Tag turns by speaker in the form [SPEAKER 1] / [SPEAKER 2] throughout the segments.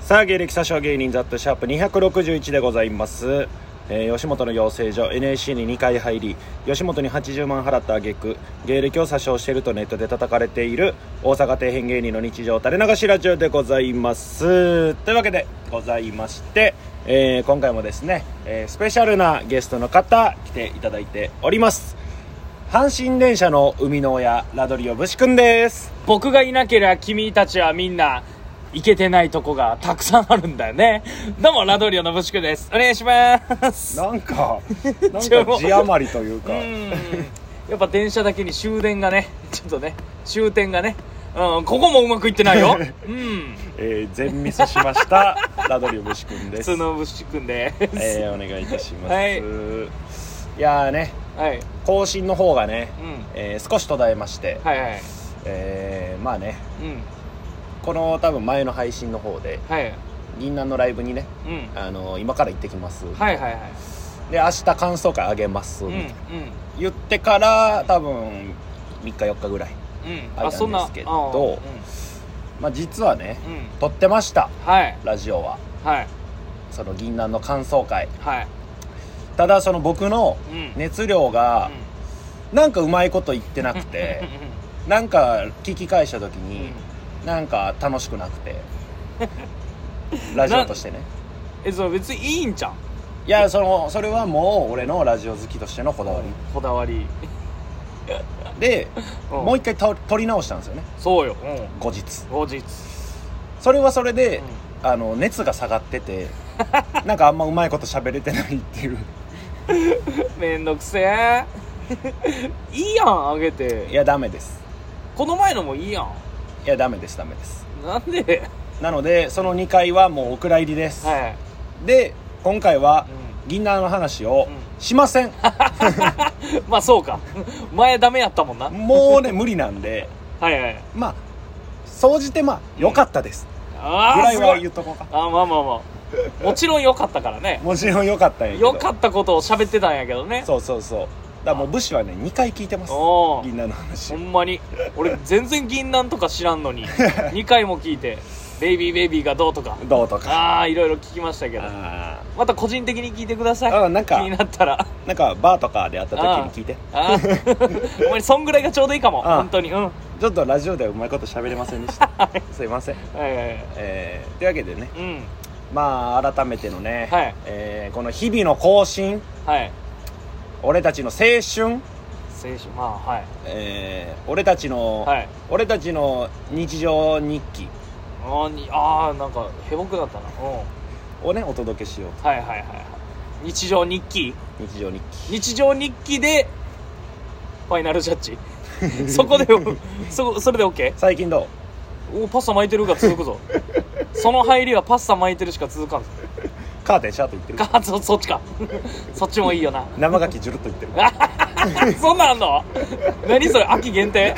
[SPEAKER 1] さあ芸歴詐称芸人ザットシャープ261でございます、えー吉本の養成所 NAC に2回入り吉本に80万払った挙句芸歴を詐称しているとネットで叩かれている大阪底辺芸人の日常垂れ流しラジオでございますというわけでございまして、えー今回もですね、えースペシャルなゲストの方来ていただいております阪神電車の生みの親ラドリオブシ君です
[SPEAKER 2] 僕がいなけりゃ君たちはみんな、いけてないとこがたくさんあるんだよね。どうも、ラドリオのぶしくです。お願いします。
[SPEAKER 1] なん かなん
[SPEAKER 2] ちょ
[SPEAKER 1] か字余りという
[SPEAKER 2] う
[SPEAKER 1] か
[SPEAKER 2] ん。やっぱ電車だけに終電がね、ちょっとね、終点がね、うん、ここもうまくいってないよ。うん。
[SPEAKER 1] えー、全ミスしました ラドリオブシ君で
[SPEAKER 2] 普
[SPEAKER 1] す、
[SPEAKER 2] 通のぶしくんです。
[SPEAKER 1] えー、お願いいたします、、
[SPEAKER 2] はいい
[SPEAKER 1] やーね
[SPEAKER 2] はい。
[SPEAKER 1] 更新の方がね、
[SPEAKER 2] うん。
[SPEAKER 1] えー少し途絶えまして、
[SPEAKER 2] はいはい。
[SPEAKER 1] えー、まあね
[SPEAKER 2] うん。
[SPEAKER 1] この多分前の配信の方で
[SPEAKER 2] はい。
[SPEAKER 1] 銀杏のライブにね、
[SPEAKER 2] うん。
[SPEAKER 1] あのー今から行ってきます、
[SPEAKER 2] はいはいはい。
[SPEAKER 1] で明日感想会あげます、
[SPEAKER 2] うん。うん。
[SPEAKER 1] 言ってから多分3日4日ぐらい
[SPEAKER 2] うん。
[SPEAKER 1] あれなんですけど
[SPEAKER 2] あー
[SPEAKER 1] まあ実はね
[SPEAKER 2] うん。うん。
[SPEAKER 1] 撮ってました
[SPEAKER 2] はい。
[SPEAKER 1] ラジオは
[SPEAKER 2] はい。
[SPEAKER 1] その銀杏の感想会
[SPEAKER 2] はい。
[SPEAKER 1] ただその僕の
[SPEAKER 2] うん。
[SPEAKER 1] 熱量
[SPEAKER 2] う
[SPEAKER 1] が、
[SPEAKER 2] ん。
[SPEAKER 1] なんかうまいこと言ってなくて なんか聞き返した時
[SPEAKER 2] うんうんう
[SPEAKER 1] に
[SPEAKER 2] ん、
[SPEAKER 1] なんか楽しくなく てラジオとしてね
[SPEAKER 2] えそう別にいいんじゃん
[SPEAKER 1] いやそのそれはもう俺のラジオ好きとしてのこ
[SPEAKER 2] こ
[SPEAKER 1] だわり
[SPEAKER 2] こだわり
[SPEAKER 1] で
[SPEAKER 2] うん
[SPEAKER 1] もう一回と撮り直したんですよね
[SPEAKER 2] そうよ、
[SPEAKER 1] 後日
[SPEAKER 2] 後日
[SPEAKER 1] それはそれで
[SPEAKER 2] うん、
[SPEAKER 1] あの熱が下がって てなんかあんまうまいこと喋れてないっていう
[SPEAKER 2] めんどくせえ いいやんあげ
[SPEAKER 1] い
[SPEAKER 2] て
[SPEAKER 1] やダメです
[SPEAKER 2] この前のもいいやん
[SPEAKER 1] いやダメですダメです
[SPEAKER 2] なんで
[SPEAKER 1] なのでその2回はもうお蔵入りです、
[SPEAKER 2] はい、
[SPEAKER 1] で今回は
[SPEAKER 2] う
[SPEAKER 1] 銀杏の話を
[SPEAKER 2] うん
[SPEAKER 1] しません
[SPEAKER 2] ん、まあそうか 前ダメやったもんな
[SPEAKER 1] もうね無理なんで
[SPEAKER 2] はいはい
[SPEAKER 1] まあ総じてまあ良かったですぐ
[SPEAKER 2] ああ
[SPEAKER 1] らい
[SPEAKER 2] す
[SPEAKER 1] は
[SPEAKER 2] ご
[SPEAKER 1] 言
[SPEAKER 2] い
[SPEAKER 1] っとこうか
[SPEAKER 2] あまあまあまあもちろん良かったか らね
[SPEAKER 1] もちろん良かったんやけど
[SPEAKER 2] 良かったことを喋ってたんやけどね
[SPEAKER 1] そうそうそうだからもう武士はね2回聞いてます
[SPEAKER 2] おー
[SPEAKER 1] 銀杏の
[SPEAKER 2] ほ
[SPEAKER 1] 話
[SPEAKER 2] んまに俺全然銀杏とか知らん のに2回も聞いて「ベイビーベイビーがどう?」とか
[SPEAKER 1] どうとか
[SPEAKER 2] ああいろいろ聞きましたけど
[SPEAKER 1] あ
[SPEAKER 2] また個人的に聞いてください
[SPEAKER 1] あなんか
[SPEAKER 2] 気になったら
[SPEAKER 1] ーなんかバーとかで会った時に聞いて
[SPEAKER 2] あーお前そんぐらいがちょうどいいかも
[SPEAKER 1] ああ
[SPEAKER 2] 本当にうんは
[SPEAKER 1] ちょっとラジオではうまいこと喋れませんでしたすいません
[SPEAKER 2] いはいはい
[SPEAKER 1] えー、というわけでね
[SPEAKER 2] うん
[SPEAKER 1] まあ改めてのね、
[SPEAKER 2] はい
[SPEAKER 1] えーこの日々の更新
[SPEAKER 2] はい
[SPEAKER 1] 俺たちの青春、
[SPEAKER 2] 青春まあはい
[SPEAKER 1] えー俺たちの、
[SPEAKER 2] はい
[SPEAKER 1] 俺たちの日常日記
[SPEAKER 2] あーにあーなんかへぼくだったなうんはい
[SPEAKER 1] をねお届けしよう
[SPEAKER 2] はいはいはい日常日記
[SPEAKER 1] 日常日記
[SPEAKER 2] 日常日記でファイナルジャ ッジそこでそそれで OK
[SPEAKER 1] 最近ど
[SPEAKER 2] おパスタ巻いてるが続くぞその入りはパスタ巻いてるしか続かんぞ
[SPEAKER 1] うカーテンシャーと言ってる
[SPEAKER 2] かそそっちかそっちもいいよな
[SPEAKER 1] 生ガキジュルっと言ってる
[SPEAKER 2] そんなんあんの何それ秋限 定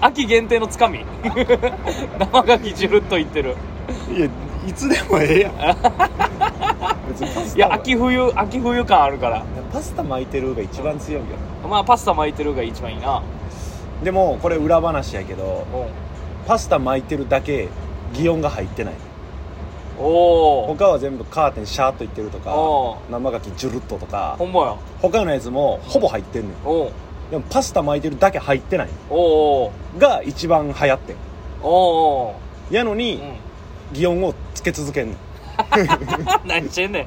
[SPEAKER 2] 秋限定のつかみ 生ガキジュルっといってる
[SPEAKER 1] いやいつでもえ えやん別にパスタ
[SPEAKER 2] いや秋冬秋冬感あるから
[SPEAKER 1] パスタ巻いてるが一番強いよ
[SPEAKER 2] まあパスタ巻いてるが一番いいな
[SPEAKER 1] でもこれ裏話やけど
[SPEAKER 2] うん
[SPEAKER 1] パスタ巻いてるだけ擬音が入ってない
[SPEAKER 2] おお
[SPEAKER 1] 他は全部カーテンシャーっと言ってるとか
[SPEAKER 2] お
[SPEAKER 1] 生ガキジュルっととか
[SPEAKER 2] ほんまや
[SPEAKER 1] 他のやつもほぼ入ってんね
[SPEAKER 2] おお
[SPEAKER 1] んでもパスタ巻いてるだけ入ってない
[SPEAKER 2] お
[SPEAKER 1] が一番流行ってん
[SPEAKER 2] おお
[SPEAKER 1] やの
[SPEAKER 2] ー
[SPEAKER 1] に
[SPEAKER 2] うん
[SPEAKER 1] 擬音をつけ続けんねん
[SPEAKER 2] 何してんねん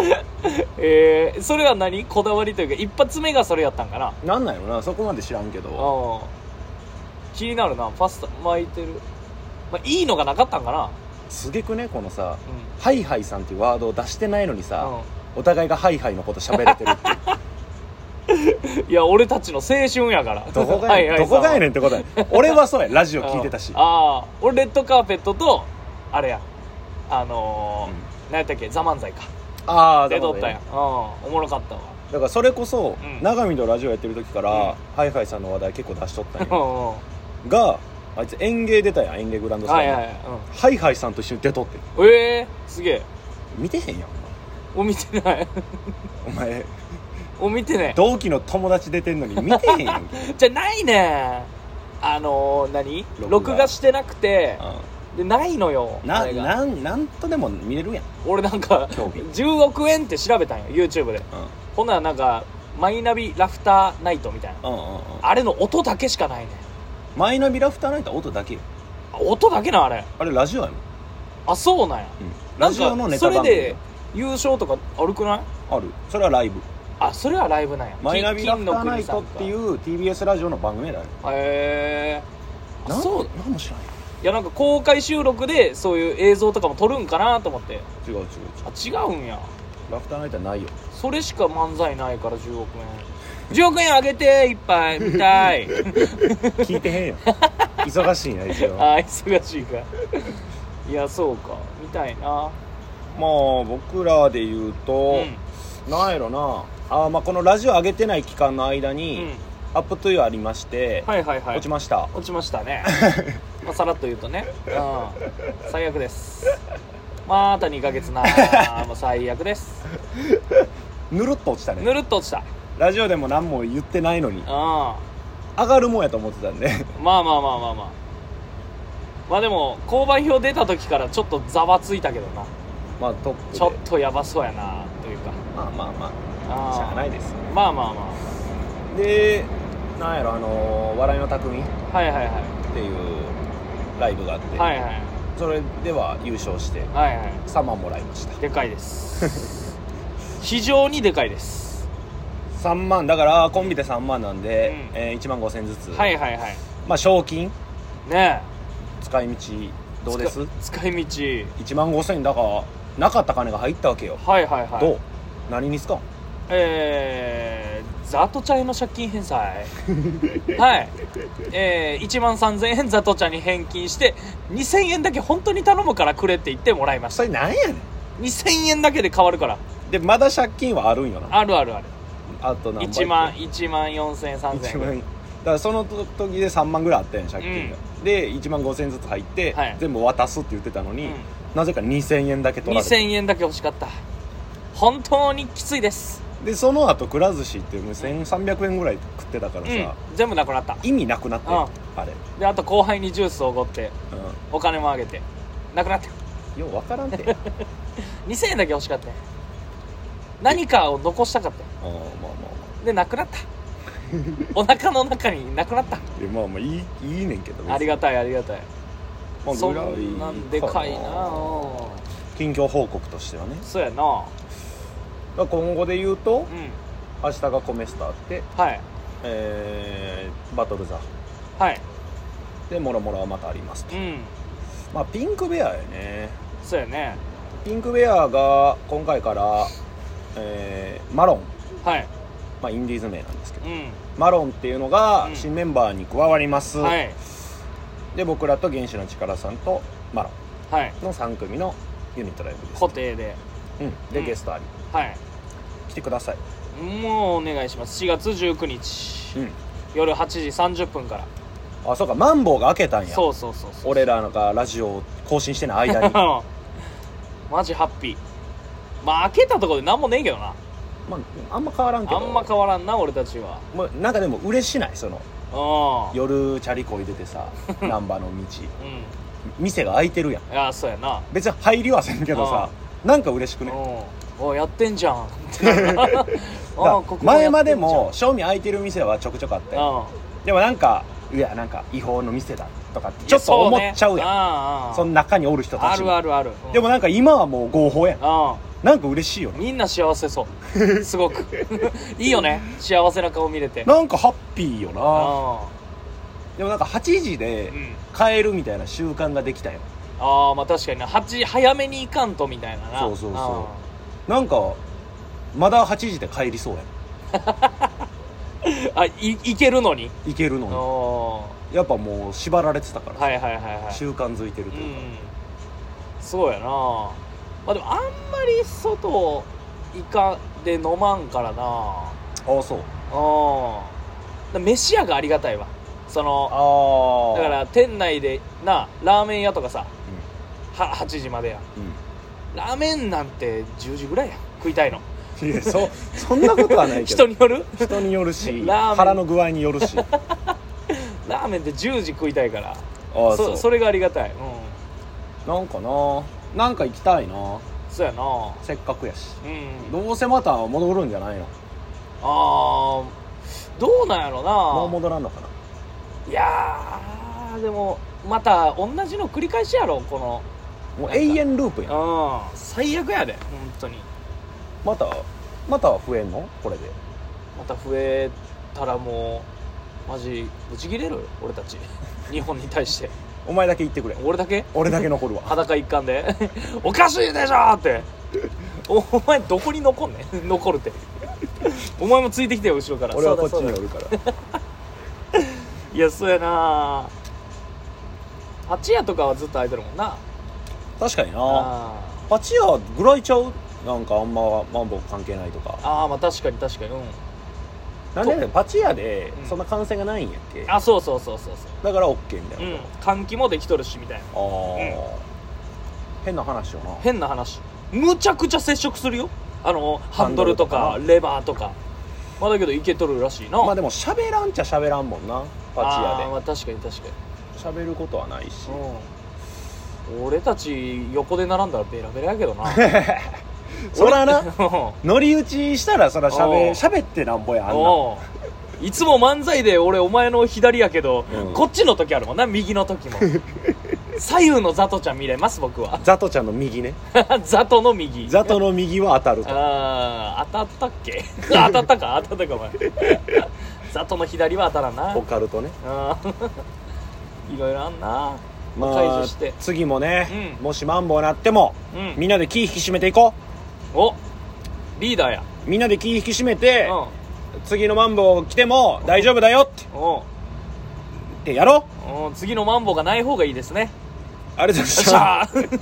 [SPEAKER 2] えー、それは何こだわりというか一発目がそれやったんかな
[SPEAKER 1] なんなんやろなそこまで知らんけど
[SPEAKER 2] あ気になるなパスタ巻いてる、まあ、いいのがなかったんかな
[SPEAKER 1] すげくねこのさ
[SPEAKER 2] うん
[SPEAKER 1] 「ハイハイさん」っていうワードを出してないのにさ、
[SPEAKER 2] うん
[SPEAKER 1] お互いがハイハイのこと喋れてるって いう
[SPEAKER 2] いや俺たちの青春やから
[SPEAKER 1] どこが やねんどこがやねんってことや俺はそうやラジオ聞いてたし
[SPEAKER 2] ああ俺レッドカーペットとあれやあのー何やったっけ「ザ・漫才か
[SPEAKER 1] ああ
[SPEAKER 2] 出とったやん
[SPEAKER 1] だ
[SPEAKER 2] うんおもろかったわ
[SPEAKER 1] からそれこそ
[SPEAKER 2] うん
[SPEAKER 1] 長見とラジオやってる時から、
[SPEAKER 2] うん
[SPEAKER 1] ハイハイさんの話題結構出しとったん
[SPEAKER 2] う
[SPEAKER 1] や
[SPEAKER 2] んうん
[SPEAKER 1] があいつ園芸出たやん園芸グランドスタ
[SPEAKER 2] は
[SPEAKER 1] イ
[SPEAKER 2] い
[SPEAKER 1] ル、
[SPEAKER 2] はいはい
[SPEAKER 1] ハイハイさんと一緒に出とって
[SPEAKER 2] うんええすげえ
[SPEAKER 1] 見てへんやん
[SPEAKER 2] お見てない
[SPEAKER 1] お前
[SPEAKER 2] お見てない
[SPEAKER 1] 同期の友達出てんのに見てへんやん
[SPEAKER 2] じゃないねんあのー、何
[SPEAKER 1] 録画
[SPEAKER 2] 録画してなくて
[SPEAKER 1] う
[SPEAKER 2] でないのよあ
[SPEAKER 1] な
[SPEAKER 2] れが
[SPEAKER 1] なんなんとでも見れるやん、
[SPEAKER 2] 俺なんか
[SPEAKER 1] 興味
[SPEAKER 2] 10億円って調べたんよ YouTube で
[SPEAKER 1] う、
[SPEAKER 2] ほんならなんかマイナビラフターナイトみたいなん
[SPEAKER 1] うんうんうん
[SPEAKER 2] あれの音だけしかないねん
[SPEAKER 1] マイナビラフターナイトは音だけよ
[SPEAKER 2] あ音だけなんあれ
[SPEAKER 1] あれラジオやもん、
[SPEAKER 2] あそうなんや
[SPEAKER 1] うん、ラジオのネタ
[SPEAKER 2] なんか
[SPEAKER 1] 番
[SPEAKER 2] そ
[SPEAKER 1] 組
[SPEAKER 2] れで優勝とかあるくない
[SPEAKER 1] あるそれはライブ
[SPEAKER 2] あそれはライブなんや
[SPEAKER 1] マイナビラフターナイトっていうう TBS ラジオの番組だよ
[SPEAKER 2] へえー、あ
[SPEAKER 1] なん
[SPEAKER 2] そう
[SPEAKER 1] なんも知らんよ
[SPEAKER 2] いやなんか公開収録でそういう映像とかも撮るんかなと思って
[SPEAKER 1] 違う違う違う
[SPEAKER 2] あ違うんや
[SPEAKER 1] ラフターナイトはないよ
[SPEAKER 2] それしか漫才ないから10億円10億円あげていっぱい見 たい
[SPEAKER 1] 聞いて へんよ忙しいな一応
[SPEAKER 2] あー忙しいからいやそうか見たいな
[SPEAKER 1] まあ僕らで言うと、なんやろなあーまあこのラジオ上げてない期間の間
[SPEAKER 2] うん、う
[SPEAKER 1] に
[SPEAKER 2] ん、
[SPEAKER 1] アップトゥーありまして、
[SPEAKER 2] はいはいはい
[SPEAKER 1] 落ちました
[SPEAKER 2] 落ちましたね まあさらっと言うとね、うん、最悪ですまた2ヶ月なもう最 悪です
[SPEAKER 1] ぬるっと落ちたね
[SPEAKER 2] ぬるっと落ちた
[SPEAKER 1] ラジオでも何も言ってないのに
[SPEAKER 2] うんま
[SPEAKER 1] 上がるもんやと思ってたんで
[SPEAKER 2] あまあまあまあまあまあでも購買表出た時からちょっとざわついたけどな
[SPEAKER 1] まあトップで
[SPEAKER 2] ちょっとやばそうやなというか
[SPEAKER 1] まあまあまあしゃあな
[SPEAKER 2] あ
[SPEAKER 1] いですよ
[SPEAKER 2] ーまあまあま
[SPEAKER 1] でなんやろあのー笑いの匠っ
[SPEAKER 2] あはいはいはい
[SPEAKER 1] ていうライブがあって、
[SPEAKER 2] はいはい
[SPEAKER 1] それでは優勝して
[SPEAKER 2] はいは
[SPEAKER 1] サマもらいました
[SPEAKER 2] いでかいです 非常にでかいです
[SPEAKER 1] 3万だからコンビで3万なんで、
[SPEAKER 2] うん
[SPEAKER 1] え1万5千ずつ、
[SPEAKER 2] はいはいはい
[SPEAKER 1] まあ賞金
[SPEAKER 2] ね
[SPEAKER 1] 使い道
[SPEAKER 2] え
[SPEAKER 1] どうです
[SPEAKER 2] 使使い道
[SPEAKER 1] 1万5千だからなかった金が入ったわけよ、
[SPEAKER 2] はいはいはい
[SPEAKER 1] どう何に使うん
[SPEAKER 2] えー、ザトチャへの借 金返済はいえー、1万3000円ザトチャに返金して2000円だけ本当に頼むからくれって言ってもらいました
[SPEAKER 1] それなんやね
[SPEAKER 2] 2000円だけで変わるから
[SPEAKER 1] んでまだ借金はあるんよなあ
[SPEAKER 2] あるあるある
[SPEAKER 1] と何倍
[SPEAKER 2] 1万1万4000円
[SPEAKER 1] 1
[SPEAKER 2] 3000円
[SPEAKER 1] 万だからその時で3万ぐらいあったやん借金が、で1万5千ずつ入って、
[SPEAKER 2] はい
[SPEAKER 1] 全部渡すって言ってたのに、
[SPEAKER 2] うん
[SPEAKER 1] なぜか2000円だけ取られ
[SPEAKER 2] 2000
[SPEAKER 1] て
[SPEAKER 2] 円だけ欲しかった本当にきついです、
[SPEAKER 1] でその後くら寿司っていうの1300円ぐらい食ってたから
[SPEAKER 2] う
[SPEAKER 1] さ、
[SPEAKER 2] ん、全部なくなった
[SPEAKER 1] 意味なくなって
[SPEAKER 2] うん
[SPEAKER 1] あれ、
[SPEAKER 2] であと後輩にジュースをおごって
[SPEAKER 1] う
[SPEAKER 2] お金もあげてなくなった
[SPEAKER 1] ん、ようわから んてうんま
[SPEAKER 2] 2000円だけ欲しかったよ何かを残したかったよ
[SPEAKER 1] あまあま
[SPEAKER 2] でなくなったお腹の中になくなった
[SPEAKER 1] あいやまあまあいいいいねんけど別に
[SPEAKER 2] ありがたいありがたい
[SPEAKER 1] まあ
[SPEAKER 2] そ
[SPEAKER 1] ぐら
[SPEAKER 2] んなんでかいなうん
[SPEAKER 1] 近況報告としてはね
[SPEAKER 2] そうやな
[SPEAKER 1] まあ今後で言うと
[SPEAKER 2] うん
[SPEAKER 1] 明日がコメスタあって、
[SPEAKER 2] はい
[SPEAKER 1] えーバトルザ
[SPEAKER 2] はい
[SPEAKER 1] でもろもろはまたありますと、
[SPEAKER 2] うん
[SPEAKER 1] まあピンクベアやね
[SPEAKER 2] そうやね
[SPEAKER 1] ピンクベアが今回から、えーマロン、
[SPEAKER 2] はい
[SPEAKER 1] まあ、インディーズ名なんですけど
[SPEAKER 2] う
[SPEAKER 1] マロンっていうのが
[SPEAKER 2] うん
[SPEAKER 1] 新メンバーに加わります、
[SPEAKER 2] んはい
[SPEAKER 1] で僕らと原始の力さんとマロ
[SPEAKER 2] はい
[SPEAKER 1] ンの3組のユニットライブです、
[SPEAKER 2] 固定で
[SPEAKER 1] うん、で
[SPEAKER 2] うん
[SPEAKER 1] ゲストあり
[SPEAKER 2] はい
[SPEAKER 1] 来てください、
[SPEAKER 2] もうお願いします4月19日、
[SPEAKER 1] うん、
[SPEAKER 2] 夜8時30分から
[SPEAKER 1] あそうかマンボウが開けたんや
[SPEAKER 2] そうそうそうそう
[SPEAKER 1] 俺らがラジオを更新してない間 に
[SPEAKER 2] マジハッピーまあ開けたところで何もねえけどな
[SPEAKER 1] まあ、あんま変わらんけど
[SPEAKER 2] あんま変わらんな俺たちは
[SPEAKER 1] もうなんかでも嬉しないその
[SPEAKER 2] うん
[SPEAKER 1] 夜チャリこいでて さ難波の道
[SPEAKER 2] うん
[SPEAKER 1] 店が開いてるやん
[SPEAKER 2] いやそうやな
[SPEAKER 1] 別に入りはせんけどさなんか嬉しくね
[SPEAKER 2] うんおやってんじ ゃんあ
[SPEAKER 1] だから
[SPEAKER 2] ここもやってんじゃん
[SPEAKER 1] 前までも正味開いてる店はちょくちょくあっ
[SPEAKER 2] う
[SPEAKER 1] て
[SPEAKER 2] ん
[SPEAKER 1] でもなんかいやなんか違法の店だとかってちょっと思っちゃうやんそ,、
[SPEAKER 2] んそね
[SPEAKER 1] の中におる人
[SPEAKER 2] ああ
[SPEAKER 1] た
[SPEAKER 2] あ
[SPEAKER 1] ち
[SPEAKER 2] る
[SPEAKER 1] も
[SPEAKER 2] あるあるうん
[SPEAKER 1] でもなんか今はもう合法やんなんか嬉しいよ
[SPEAKER 2] うん
[SPEAKER 1] ね
[SPEAKER 2] みんな幸せそ うすごく いいよね幸せな顔見れて
[SPEAKER 1] なんかハッピーよ
[SPEAKER 2] うん
[SPEAKER 1] なでもなんか8時で
[SPEAKER 2] うん
[SPEAKER 1] 帰るみたいな習慣ができたよ
[SPEAKER 2] ああまあ確かにな8早めに行かんとみたいなな
[SPEAKER 1] そうそうそうなんかまだ8時で帰りそうやん
[SPEAKER 2] うんあい行けるのに
[SPEAKER 1] 行ける
[SPEAKER 2] お
[SPEAKER 1] の
[SPEAKER 2] お
[SPEAKER 1] にやっぱもう縛られてたから
[SPEAKER 2] ー
[SPEAKER 1] さ
[SPEAKER 2] はいはいはいはい
[SPEAKER 1] 習慣づいてる
[SPEAKER 2] う
[SPEAKER 1] というか、
[SPEAKER 2] んそうやなまあでもあんまり外行かで飲まんからな
[SPEAKER 1] ああそう
[SPEAKER 2] うんだ飯屋がありがたいわその
[SPEAKER 1] あ
[SPEAKER 2] だ
[SPEAKER 1] あ
[SPEAKER 2] から店内でなラーメン屋とかさは8時までや
[SPEAKER 1] う
[SPEAKER 2] ラーメンなんて10時ぐらいや食いたいの
[SPEAKER 1] ん、うん、いやそそんなことはないけど
[SPEAKER 2] 人による
[SPEAKER 1] 人によるし
[SPEAKER 2] ラーメン
[SPEAKER 1] 腹の具合によるしあ
[SPEAKER 2] ラーメンって10時食いたいから
[SPEAKER 1] あ
[SPEAKER 2] そ
[SPEAKER 1] そう
[SPEAKER 2] それがありがたい、うん、
[SPEAKER 1] なんかななんか行きたいな
[SPEAKER 2] そうやな
[SPEAKER 1] せっかくやし
[SPEAKER 2] うん
[SPEAKER 1] どうせまた戻るんじゃないの
[SPEAKER 2] あーどうなんや
[SPEAKER 1] も
[SPEAKER 2] ろ
[SPEAKER 1] う
[SPEAKER 2] な
[SPEAKER 1] 戻らんのかない
[SPEAKER 2] やーでもまた同じの繰り返しやろこの
[SPEAKER 1] もう
[SPEAKER 2] なんか
[SPEAKER 1] 永遠ループやん
[SPEAKER 2] うん最悪やで本当に
[SPEAKER 1] またまた増えんのこれで
[SPEAKER 2] また増えたらもうマジブチギレるよ俺たち 日本に対して
[SPEAKER 1] お前だけ行ってくれ
[SPEAKER 2] 俺だけ
[SPEAKER 1] 俺だけ残るわ
[SPEAKER 2] 裸一貫で おかしいでしょ ってお前どこに残んねん 残るってお前もついてきてよ後ろから
[SPEAKER 1] 俺はこっち
[SPEAKER 2] そうだ
[SPEAKER 1] に
[SPEAKER 2] そう
[SPEAKER 1] おるから
[SPEAKER 2] だいやそうやな八夜とかはずっと空いてるもんな
[SPEAKER 1] 確かにな
[SPEAKER 2] あ
[SPEAKER 1] 八夜ぐらいちゃうなんかあんまマンボウ関係ないとか
[SPEAKER 2] ーあーまあ確かに確かにうん
[SPEAKER 1] なんでパチ屋で
[SPEAKER 2] うん
[SPEAKER 1] そんな感染がないんやっけ、
[SPEAKER 2] あそうそうそうそうそ
[SPEAKER 1] だから OK みた
[SPEAKER 2] う
[SPEAKER 1] いうな、
[SPEAKER 2] ん換気もできとるしみたいな
[SPEAKER 1] ああ、変な話よな
[SPEAKER 2] 変な話むちゃくちゃ接触するよあのハンドルと
[SPEAKER 1] ハ
[SPEAKER 2] か
[SPEAKER 1] ン
[SPEAKER 2] レバーとかまあだけどいけとるらしいな
[SPEAKER 1] まあでも喋らんちゃ喋らんもんな
[SPEAKER 2] あーま
[SPEAKER 1] パ
[SPEAKER 2] あ確かに確か
[SPEAKER 1] チ屋で喋ることはないし、
[SPEAKER 2] に、うん、俺たち横で並んだらベラベラやけどな
[SPEAKER 1] そらな
[SPEAKER 2] 俺 うん
[SPEAKER 1] 乗り打ちしたらそら
[SPEAKER 2] おう
[SPEAKER 1] 喋喋ってなんぼやあんな
[SPEAKER 2] おういつも漫才で俺お前の左やけど、
[SPEAKER 1] うん
[SPEAKER 2] こっちの時あるもんな右の 時も左右のザトちゃん見れます僕は
[SPEAKER 1] ザトちゃんの右ね
[SPEAKER 2] ザトの右
[SPEAKER 1] ザトの右は当たると
[SPEAKER 2] ああ当たったっけ 当たったか当たったかお前 ザトの左は当たらんな
[SPEAKER 1] オカルトね
[SPEAKER 2] あーいろいろあん な
[SPEAKER 1] ま
[SPEAKER 2] 解除
[SPEAKER 1] あ
[SPEAKER 2] して
[SPEAKER 1] 次もね、
[SPEAKER 2] うん
[SPEAKER 1] もしマンボウなっても、
[SPEAKER 2] うん
[SPEAKER 1] みんなで気引き締めていこ
[SPEAKER 2] おリーダーや
[SPEAKER 1] うみんなで気引き締めて、
[SPEAKER 2] う
[SPEAKER 1] 次のマンボウ来ても大丈夫だよって
[SPEAKER 2] んお
[SPEAKER 1] ってやろう
[SPEAKER 2] うおう次のマンボウがない方がいいですね
[SPEAKER 1] ありがとうござい
[SPEAKER 2] よ
[SPEAKER 1] ま
[SPEAKER 2] っ
[SPEAKER 1] し
[SPEAKER 2] したゃー